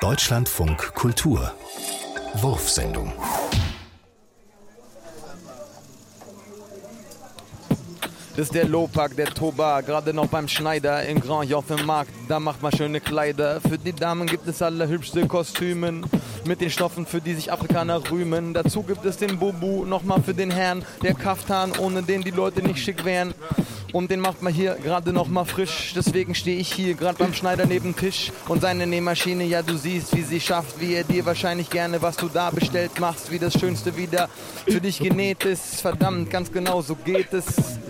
Deutschlandfunk Kultur. Wurfsendung. Das ist der Lopak, der Toba, gerade noch beim Schneider im Grand auf dem Markt. Da macht man schöne Kleider. Für die Damen gibt es allerhübschste Kostümen mit den Stoffen, für die sich Afrikaner rühmen. Dazu gibt es den Bubu, nochmal für den Herrn, der Kaftan, ohne den die Leute nicht schick wären. Und den macht man hier gerade nochmal frisch. Deswegen stehe ich hier gerade beim Schneider neben Tisch und seine Nähmaschine. Ja, du siehst, wie sie schafft, wie er dir wahrscheinlich gerne, was du da bestellt machst, wie das Schönste wieder für dich genäht ist. Verdammt, ganz genau so geht es.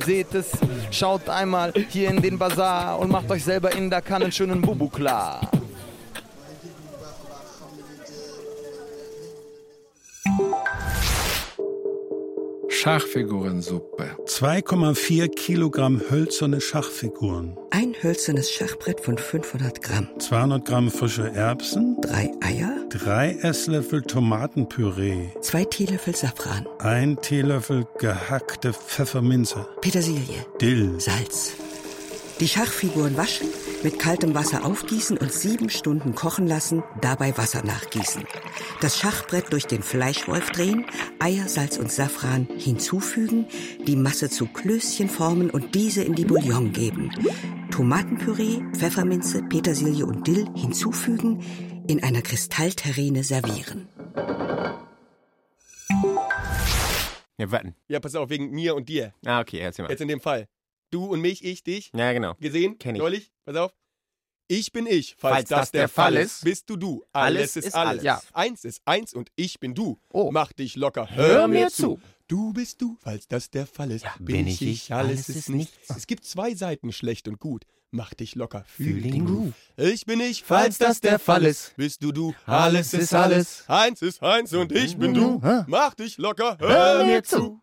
Seht es, schaut einmal hier in den Bazar und macht euch selber in der Kanne einen schönen Bubu klar. Schachfigurensuppe. 2,4 Kilogramm hölzerne Schachfiguren, Ein hölzernes Schachbrett von 500 Gramm. 200 Gramm frische Erbsen, Drei Eier. drei Esslöffel Tomatenpüree, Zwei Teelöffel Safran. ein Teelöffel gehackte Pfefferminze, Petersilie. Dill, Salz. Die Schachfiguren waschen, mit kaltem Wasser aufgießen und sieben Stunden kochen lassen, dabei Wasser nachgießen. Das Schachbrett durch den Fleischwolf drehen, Eier, Salz und Safran hinzufügen, die Masse zu Klößchen formen und diese in die Bouillon geben. Tomatenpüree, Pfefferminze, Petersilie und Dill hinzufügen, in einer Kristallterrine servieren. Ja, warten. Ja, pass auf, wegen mir und dir. Ah, okay, erzähl mal. Jetzt in dem Fall. Du und mich, ich, dich. Ja, genau. Gesehen? Kenn ich. Neulich? Pass auf. Ich bin ich. Falls, Falls das, der Fall ist, bist du du. alles Alles, ist ist alles. alles. Ja. Eins ist eins und ich bin du. Oh. Mach dich locker. Hör mir zu. Du bist du, falls das der Fall ist. bin ich ich, alles ist nichts. Es gibt zwei Seiten, schlecht und gut. Mach dich locker. Fühl den den Groove. Ich bin ich, Falls das der Fall ist, bist du du. alles ist alles. Eins ist eins und ich bin du. Mach dich locker. Hör mir zu.